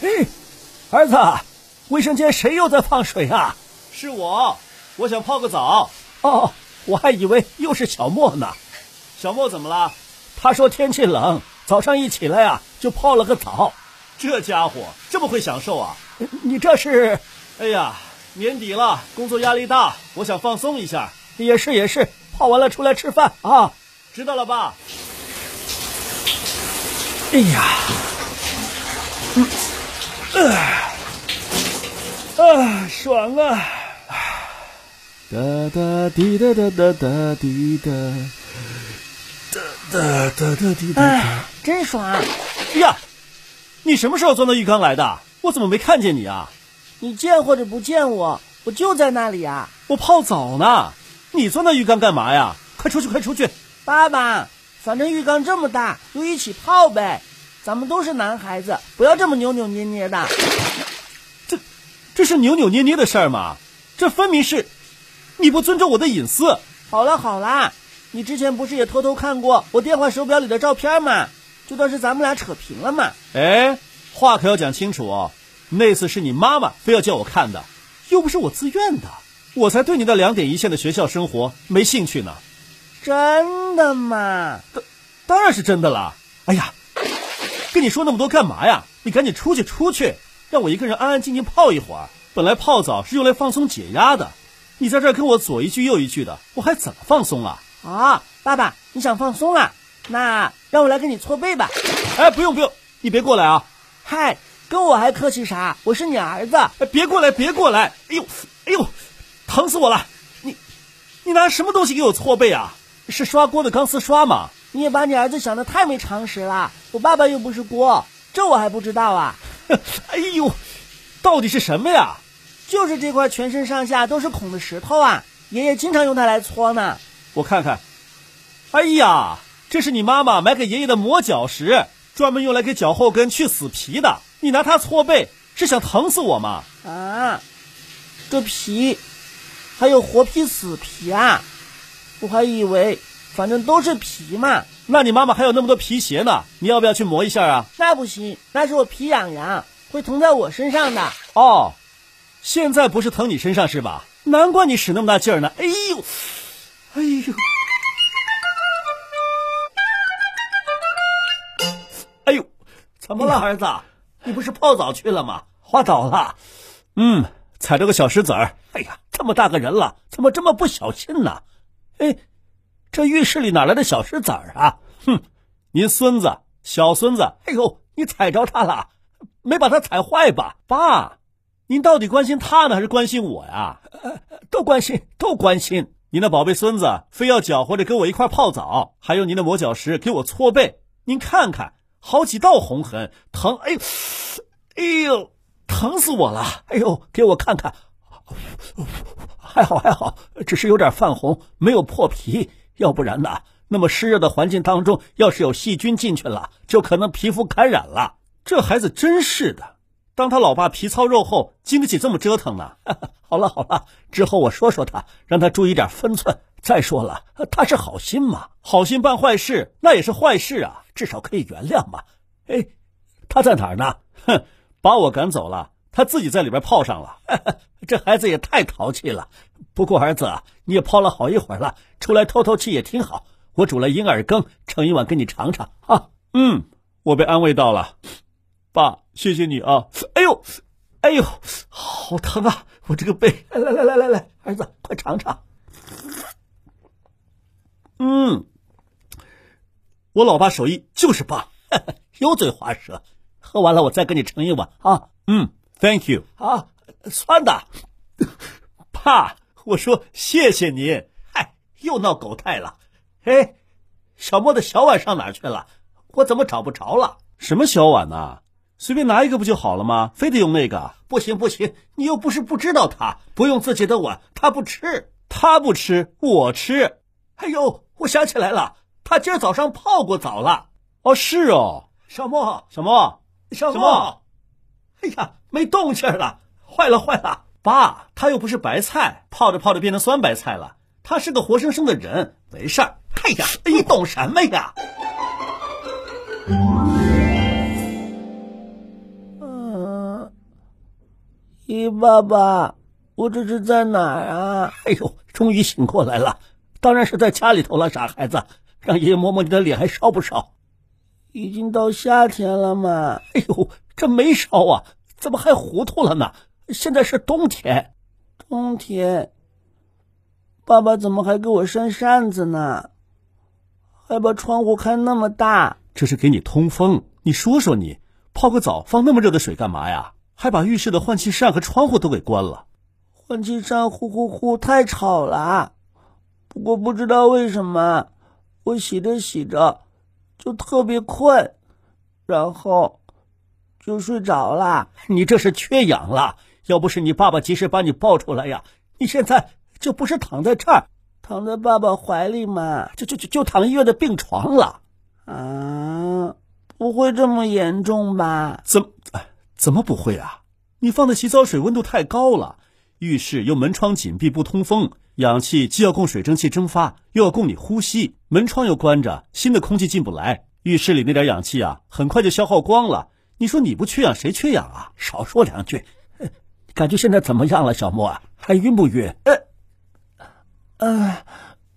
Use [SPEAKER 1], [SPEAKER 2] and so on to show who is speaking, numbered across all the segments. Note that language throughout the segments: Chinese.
[SPEAKER 1] 嘿，儿子，卫生间谁又在放水啊？
[SPEAKER 2] 是我，我想泡个澡。
[SPEAKER 1] 哦，我还以为又是小莫呢。
[SPEAKER 2] 小莫怎么了？
[SPEAKER 1] 他说天气冷，早上一起来啊就泡了个澡。
[SPEAKER 2] 这家伙这么会享受啊！
[SPEAKER 1] 你这是？
[SPEAKER 2] 哎呀，年底了，工作压力大，我想放松一下。
[SPEAKER 1] 也是也是，泡完了出来吃饭啊。
[SPEAKER 2] 知道了吧？
[SPEAKER 1] 哎呀，嗯，啊、呃，啊，爽啊！
[SPEAKER 3] 哒哒滴哒哒哒哒滴哒，
[SPEAKER 1] 哒哒哒哒滴哒。
[SPEAKER 4] 哎，真爽、啊！
[SPEAKER 2] 呀，你什么时候钻到浴缸来的？我怎么没看见你啊？
[SPEAKER 4] 你见或者不见我，我就在那里呀、啊。
[SPEAKER 2] 我泡澡呢，你钻到浴缸干嘛呀？快出去，快出去！
[SPEAKER 4] 爸爸，反正浴缸这么大，就一起泡呗。咱们都是男孩子，不要这么扭扭捏捏的。
[SPEAKER 2] 这，这是扭扭捏捏的事儿吗？这分明是。你不尊重我的隐私！
[SPEAKER 4] 好啦好啦，你之前不是也偷偷看过我电话手表里的照片吗？就当是咱们俩扯平了嘛。
[SPEAKER 2] 哎，话可要讲清楚哦。那次是你妈妈非要叫我看的，又不是我自愿的。我才对你的两点一线的学校生活没兴趣呢。
[SPEAKER 4] 真的吗？
[SPEAKER 2] 当当然是真的啦。哎呀，跟你说那么多干嘛呀？你赶紧出去出去，让我一个人安安静静泡一会儿。本来泡澡是用来放松解压的。你在这儿跟我左一句右一句的，我还怎么放松啊？
[SPEAKER 4] 啊，爸爸，你想放松啊？那让我来给你搓背吧。
[SPEAKER 2] 哎，不用不用，你别过来啊！
[SPEAKER 4] 嗨，跟我还客气啥？我是你儿子。
[SPEAKER 2] 哎，别过来，别过来！哎呦，哎呦，疼死我了！你，你拿什么东西给我搓背啊？是刷锅的钢丝刷吗？
[SPEAKER 4] 你也把你儿子想的太没常识了。我爸爸又不是锅，这我还不知道啊。
[SPEAKER 2] 哎呦，到底是什么呀？
[SPEAKER 4] 就是这块全身上下都是孔的石头啊，爷爷经常用它来搓呢。
[SPEAKER 2] 我看看，哎呀，这是你妈妈买给爷爷的磨脚石，专门用来给脚后跟去死皮的。你拿它搓背，是想疼死我吗？
[SPEAKER 4] 啊，这皮，还有活皮、死皮啊！我还以为反正都是皮嘛。
[SPEAKER 2] 那你妈妈还有那么多皮鞋呢，你要不要去磨一下啊？
[SPEAKER 4] 那不行，那是我皮痒痒，会疼在我身上的。
[SPEAKER 2] 哦。现在不是疼你身上是吧？难怪你使那么大劲儿呢！哎呦，哎呦，哎呦，
[SPEAKER 1] 怎么了，
[SPEAKER 2] 儿子？你不是泡澡去了吗？
[SPEAKER 1] 滑倒了。
[SPEAKER 2] 嗯，踩着个小石子儿。
[SPEAKER 1] 哎呀，这么大个人了，怎么这么不小心呢？哎，这浴室里哪来的小石子儿啊？
[SPEAKER 2] 哼，您孙子，小孙子。
[SPEAKER 1] 哎呦，你踩着他了，没把他踩坏吧，
[SPEAKER 2] 爸？您到底关心他呢，还是关心我呀？
[SPEAKER 1] 呃、都关心，都关心。
[SPEAKER 2] 您的宝贝孙子非要搅和着跟我一块泡澡，还用您的磨脚石给我搓背。您看看，好几道红痕，疼！哎呦，哎呦，疼死我了！
[SPEAKER 1] 哎呦，给我看看，还好还好，只是有点泛红，没有破皮。要不然呢，那么湿热的环境当中，要是有细菌进去了，就可能皮肤感染了。
[SPEAKER 2] 这孩子真是的。当他老爸皮糙肉厚，经得起这么折腾呢？
[SPEAKER 1] 好了好了，之后我说说他，让他注意点分寸。再说了，他是好心嘛，
[SPEAKER 2] 好心办坏事，那也是坏事啊，
[SPEAKER 1] 至少可以原谅嘛。哎，他在哪儿呢？
[SPEAKER 2] 哼，把我赶走了，他自己在里边泡上了。
[SPEAKER 1] 这孩子也太淘气了。不过儿子，啊你也泡了好一会儿了，出来透透气也挺好。我煮了银耳羹，盛一碗给你尝尝啊。
[SPEAKER 2] 嗯，我被安慰到了。爸，谢谢你啊！哎呦，哎呦，好疼啊！我这个背，
[SPEAKER 1] 来来来来来，儿子，快尝尝。
[SPEAKER 2] 嗯，我老爸手艺就是棒，
[SPEAKER 1] 油嘴滑舌。喝完了我再给你盛一碗啊。
[SPEAKER 2] 嗯，Thank you。
[SPEAKER 1] 啊，酸的。
[SPEAKER 2] 爸，我说谢谢您。
[SPEAKER 1] 嗨，又闹狗带了。哎，小莫的小碗上哪去了？我怎么找不着了？
[SPEAKER 2] 什么小碗呐、啊？随便拿一个不就好了吗？非得用那个？啊
[SPEAKER 1] 不行不行，你又不是不知道它，不用自己的碗，它不吃。
[SPEAKER 2] 他不吃，我吃。
[SPEAKER 1] 哎呦，我想起来了，他今儿早上泡过澡了。
[SPEAKER 2] 哦，是哦，
[SPEAKER 1] 小莫，
[SPEAKER 2] 小莫，
[SPEAKER 1] 小莫，哎呀，没动静了，坏了坏了。
[SPEAKER 2] 爸，他又不是白菜，泡着泡着变成酸白菜了。他是个活生生的人，没事儿。
[SPEAKER 1] 哎呀，你懂什么呀？
[SPEAKER 4] 嗯，咦，爸爸，我这是在哪儿啊？
[SPEAKER 1] 哎呦，终于醒过来了，当然是在家里头了，傻孩子。让爷爷摸摸你的脸，还烧不烧？
[SPEAKER 4] 已经到夏天了嘛。
[SPEAKER 1] 哎呦，这没烧啊，怎么还糊涂了呢？现在是冬天，
[SPEAKER 4] 冬天，爸爸怎么还给我扇扇子呢？还把窗户开那么大，
[SPEAKER 2] 这是给你通风。你说说你，泡个澡放那么热的水干嘛呀？还把浴室的换气扇和窗户都给关了。
[SPEAKER 4] 换气扇呼呼呼太吵了，啊不过不知道为什么，我洗着洗着就特别困，然后就睡着了。
[SPEAKER 1] 你这是缺氧了。要不是你爸爸及时把你抱出来呀，你现在就不是躺在这儿，
[SPEAKER 4] 躺在爸爸怀里嘛，
[SPEAKER 1] 就就就就躺医院的病床了。
[SPEAKER 4] 啊，不会这么严重吧？
[SPEAKER 2] 怎哎怎么不会啊？你放的洗澡水温度太高了，浴室又门窗紧闭不通风，氧气既要供水蒸气蒸发，又要供你呼吸，门窗又关着，新的空气进不来，浴室里那点氧气啊，很快就消耗光了。你说你不缺氧，谁缺氧啊？
[SPEAKER 1] 少说两 句。感觉现在怎么样了，小莫、啊？还晕不晕？
[SPEAKER 4] 呃，呃，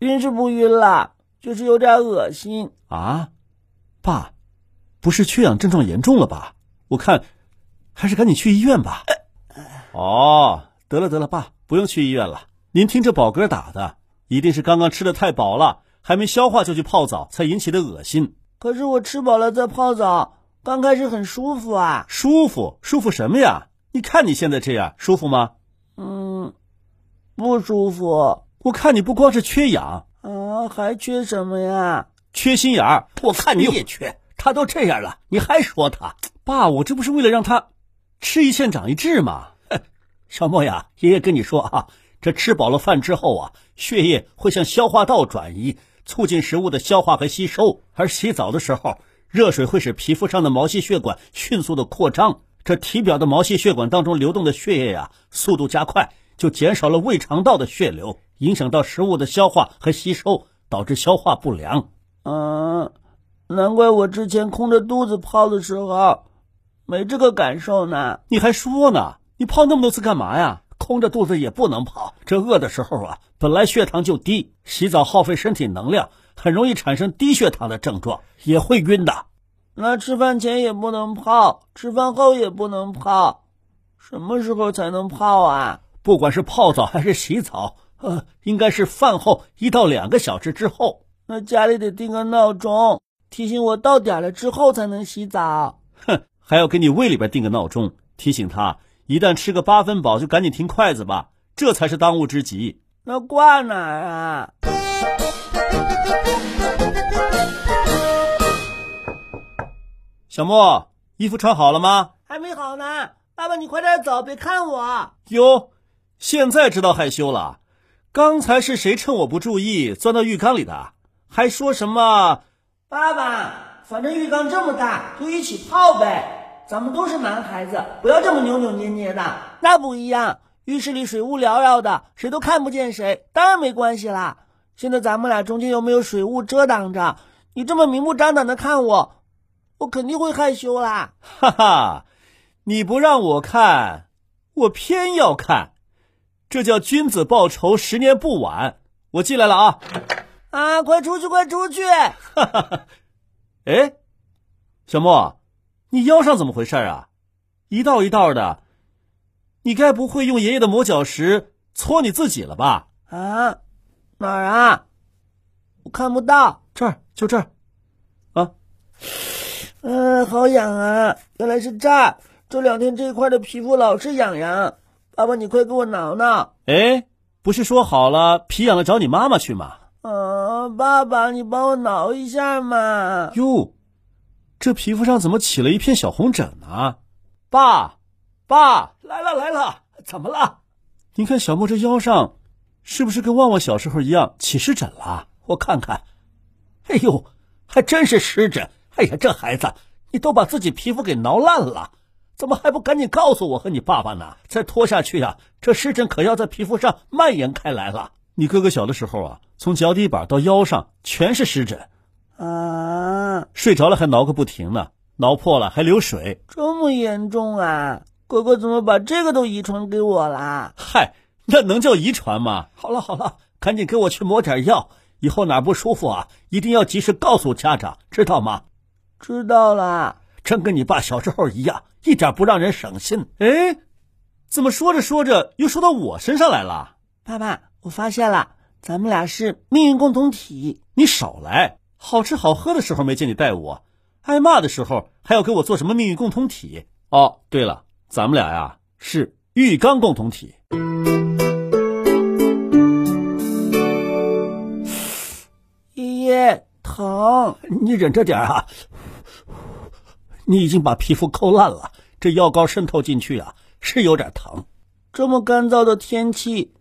[SPEAKER 4] 晕是不晕啦，就是有点恶心
[SPEAKER 2] 啊。爸，不是缺氧症状严重了吧？我看还是赶紧去医院吧。呃、哦，得了得了，爸，不用去医院了。您听这饱嗝打的，一定是刚刚吃的太饱了，还没消化就去泡澡才引起的恶心。
[SPEAKER 4] 可是我吃饱了再泡澡，刚开始很舒服啊。
[SPEAKER 2] 舒服？舒服什么呀？你看你现在这样舒服吗？
[SPEAKER 4] 嗯，不舒服。
[SPEAKER 2] 我看你不光是缺氧
[SPEAKER 4] 啊，还缺什么呀？
[SPEAKER 2] 缺心眼儿。哎
[SPEAKER 1] 我看你也缺。他都这样了，你还说他？
[SPEAKER 2] 爸，我这不是为了让他吃一堑长一智吗？
[SPEAKER 1] 小莫呀，爷爷跟你说啊，这吃饱了饭之后啊，血液会向消化道转移，促进食物的消化和吸收。而洗澡的时候，热水会使皮肤上的毛细血管迅速的扩张。这体表的毛细血管当中流动的血液呀、啊，速度加快，就减少了胃肠道的血流，影响到食物的消化和吸收，导致消化不良。
[SPEAKER 4] 嗯，难怪我之前空着肚子泡的时候，没这个感受呢。
[SPEAKER 2] 你还说呢？你泡那么多次干嘛呀？
[SPEAKER 1] 空着肚子也不能泡，这饿的时候啊，本来血糖就低，洗澡耗费身体能量，很容易产生低血糖的症状，也会晕的。
[SPEAKER 4] 那吃饭前也不能泡，吃饭后也不能泡，什么时候才能泡啊？
[SPEAKER 1] 不管是泡澡还是洗澡，呃，应该是饭后一到两个小时之后。
[SPEAKER 4] 那家里得定个闹钟，提醒我到点了之后才能洗澡。
[SPEAKER 2] 哼，还要给你胃里边定个闹钟，提醒他一旦吃个八分饱就赶紧停筷子吧，这才是当务之急。
[SPEAKER 4] 那挂哪儿啊？
[SPEAKER 2] 小莫，衣服穿好了吗？
[SPEAKER 4] 还没好呢。爸爸，你快点走，别看我。
[SPEAKER 2] 哟，现在知道害羞了。刚才是谁趁我不注意钻到浴缸里的？还说什么？
[SPEAKER 4] 爸爸，反正浴缸这么大，就一起泡呗。咱们都是男孩子，不要这么扭扭捏捏的。那不一样，浴室里水雾缭绕的，谁都看不见谁，当然没关系啦。现在咱们俩中间又没有水雾遮挡着，你这么明目张胆的看我。我肯定会害羞啦！
[SPEAKER 2] 哈哈，你不让我看，我偏要看，这叫君子报仇，十年不晚。我进来了啊！
[SPEAKER 4] 啊，快出去，快出去！
[SPEAKER 2] 哈哈哈！哎，小莫，你腰上怎么回事啊？一道一道的，你该不会用爷爷的磨脚石搓你自己了吧？
[SPEAKER 4] 啊，哪儿啊？我看不到，
[SPEAKER 2] 这儿，就这儿，啊。
[SPEAKER 4] 嗯，好痒啊！原来是这儿，这两天这一块的皮肤老是痒痒。爸爸，你快给我挠挠。
[SPEAKER 2] 哎，不是说好了皮痒了找你妈妈去吗？
[SPEAKER 4] 嗯啊，爸爸，你帮我挠一下嘛。
[SPEAKER 2] 哟，这皮肤上怎么起了一片小红疹呢？爸，爸，
[SPEAKER 1] 来了来了，怎么了？
[SPEAKER 2] 您看小莫这腰上，是不是跟旺旺小时候一样起湿疹了？
[SPEAKER 1] 我看看，哎呦，还真是湿疹！哎呀，这孩子，你都把自己皮肤给挠烂了，怎么还不赶紧告诉我和你爸爸呢？再拖下去呀、啊，这湿疹可要在皮肤上蔓延开来了。
[SPEAKER 2] 你哥哥小的时候啊，从脚底板到腰上全是湿疹。
[SPEAKER 4] 啊，
[SPEAKER 2] 睡着了还挠个不停呢，挠破了还流水，
[SPEAKER 4] 这么严重啊！哥哥怎么把这个都遗传给我啦？
[SPEAKER 2] 嗨，那能叫遗传吗？
[SPEAKER 1] 好了好了，赶紧给我去抹点药，以后哪不舒服啊，一定要及时告诉家长，知道吗？
[SPEAKER 4] 知道啦，
[SPEAKER 1] 真跟你爸小时候一样，一点不让人省心。
[SPEAKER 2] 哎，怎么说着说着又说到我身上来了？
[SPEAKER 4] 爸爸，我发现了，咱们俩是命运共同体。
[SPEAKER 2] 你少来。好吃好喝的时候没见你带我，挨骂的时候还要给我做什么命运共同体？哦，对了，咱们俩呀、啊、是浴缸共同体。
[SPEAKER 4] 爷爷疼，
[SPEAKER 1] 你忍着点啊！你已经把皮肤抠烂了，这药膏渗透进去啊，是有点疼。
[SPEAKER 4] 这么干燥的天气，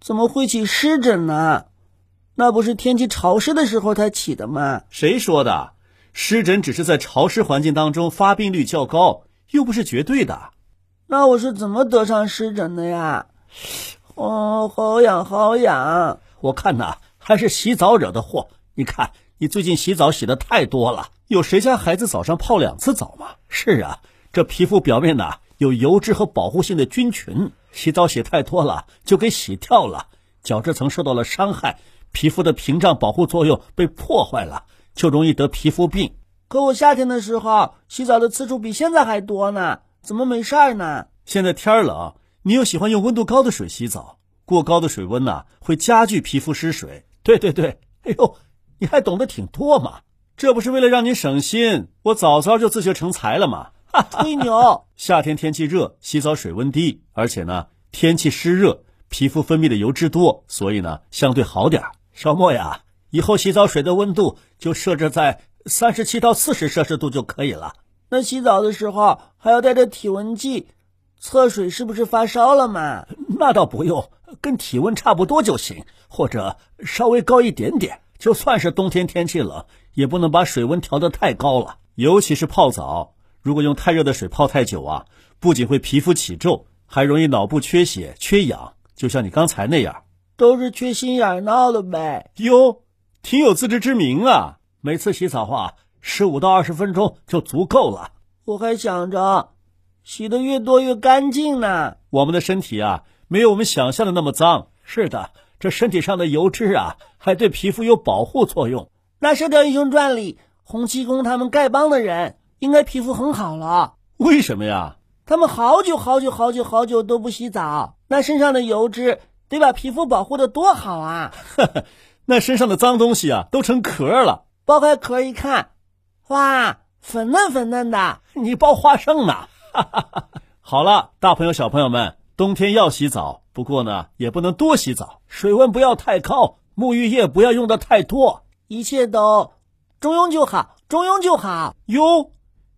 [SPEAKER 4] 怎么会起湿疹呢？那不是天气潮湿的时候才起的吗？
[SPEAKER 2] 谁说的？湿疹只是在潮湿环境当中发病率较高，又不是绝对的。
[SPEAKER 4] 那我是怎么得上湿疹的呀？哦，好痒，好痒！
[SPEAKER 1] 我看呐、啊，还是洗澡惹的祸。你看，你最近洗澡洗的太多了。
[SPEAKER 2] 有谁家孩子早上泡两次澡吗？
[SPEAKER 1] 是啊，这皮肤表面呐有油脂和保护性的菌群，洗澡洗太多了就给洗掉了，角质层受到了伤害。皮肤的屏障保护作用被破坏了，就容易得皮肤病。
[SPEAKER 4] 可我夏天的时候洗澡的次数比现在还多呢，怎么没事儿呢？
[SPEAKER 2] 现在天冷，你又喜欢用温度高的水洗澡，过高的水温呢、啊、会加剧皮肤失水。
[SPEAKER 1] 对对对，哎呦，你还懂得挺多嘛！
[SPEAKER 2] 这不是为了让你省心，我早早就自学成才了嘛！哦
[SPEAKER 4] 吹 牛！
[SPEAKER 2] 夏天天气热，洗澡水温低，而且呢天气湿热，皮肤分泌的油脂多，所以呢相对好点儿。
[SPEAKER 1] 小莫呀，以后洗澡水的温度就设置在三十七到四十摄氏度就可以了。
[SPEAKER 4] 那洗澡的时候
[SPEAKER 2] 啊
[SPEAKER 4] 还要带着体温计，测水是不是发烧了嘛？
[SPEAKER 1] 那倒不用，跟体温差不多就行，或者稍微高一点点。就算是冬天天气冷，也不能把水温调得太高了。
[SPEAKER 2] 尤其是泡澡，如果用太热的水泡太久啊，不仅会皮肤起皱，还容易脑部缺血、缺氧，就像你刚才那样。
[SPEAKER 4] 都是缺心眼闹的呗。
[SPEAKER 2] 哟，挺有自知之明啊！
[SPEAKER 1] 每次洗澡啊，十五到二十分钟就足够了。
[SPEAKER 4] 我还想着，洗的越多越干净呢。
[SPEAKER 2] 我们的身体啊，没有我们想象的那么脏。
[SPEAKER 1] 是的，这身体上的油脂啊，还对皮肤有保护作用。
[SPEAKER 4] 那《射雕英雄传》里，洪七公他们丐帮的人，应该皮肤很好了。
[SPEAKER 2] 为什么呀？
[SPEAKER 4] 他们好久好久好久好久都不洗澡，那身上的油脂。得把皮肤保护的多好啊！
[SPEAKER 2] 那身上的脏东西啊，都成壳了。
[SPEAKER 4] 剥开壳一看，哇，粉嫩粉嫩的。
[SPEAKER 1] 你剥花生呢？
[SPEAKER 2] 好了，大朋友小朋友们，冬天要洗澡，不过呢，也不能多洗澡，
[SPEAKER 1] 水温不要太高，沐浴液不要用的太多，
[SPEAKER 4] 一切都中庸就好，啊中庸就好。
[SPEAKER 2] 哟，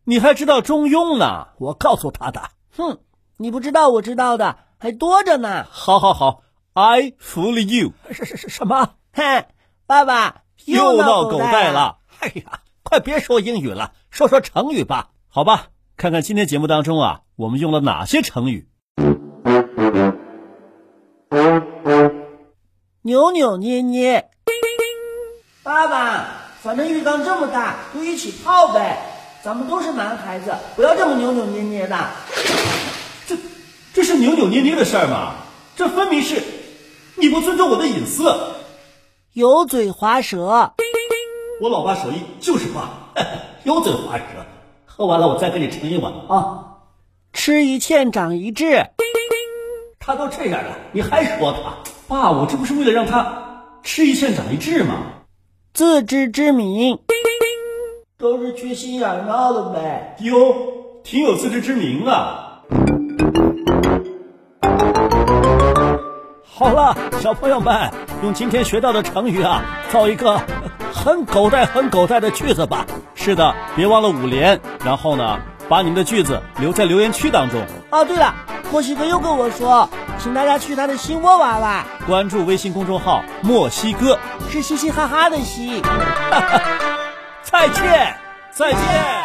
[SPEAKER 2] 你还知道中庸呢？
[SPEAKER 1] 我告诉他的。
[SPEAKER 4] 哼，你不知道我知道的还多着呢。
[SPEAKER 2] 好好好。I 服了 you，
[SPEAKER 1] 是是是什么？
[SPEAKER 4] 哼，啊爸爸
[SPEAKER 2] 又闹狗
[SPEAKER 4] 带
[SPEAKER 2] 了！
[SPEAKER 1] 哎呀，快别说英语了，说说成语吧。
[SPEAKER 2] 好吧，看看今天节目当中啊，我们用了哪些成语？
[SPEAKER 4] 扭扭捏捏。
[SPEAKER 5] 爸爸，反正浴缸这么大，就一起泡呗。咱们都是男孩子，不要这么扭扭捏捏的。
[SPEAKER 2] 这，这是扭扭捏捏的事儿吗？这分明是，你不尊重我的隐私，
[SPEAKER 4] 油嘴滑舌。
[SPEAKER 2] 我老爸手艺就是 棒，
[SPEAKER 1] 油嘴滑舌。喝完了我再给你盛一碗啊。
[SPEAKER 4] 吃一堑长一智。
[SPEAKER 1] 他都这样了，你还说他？
[SPEAKER 2] 爸，我这不是为了让他吃一堑长一智吗？
[SPEAKER 4] 自知之明。
[SPEAKER 5] 都是缺心眼闹的呗。
[SPEAKER 2] 哟，挺有自知之明啊。
[SPEAKER 1] 好了，小朋友们， 用今天学到的成语啊，造一个很狗带、很狗带的句子吧。
[SPEAKER 2] 是的，别忘了五连，然后呢，把你们的句子留在留言区当中。
[SPEAKER 4] 哦，对了，墨西哥又跟我说，请大家去他的新窝玩玩，
[SPEAKER 2] 关注微信公众号“墨西哥
[SPEAKER 4] 是嘻嘻哈哈的嘻。”。
[SPEAKER 2] 再见，再见。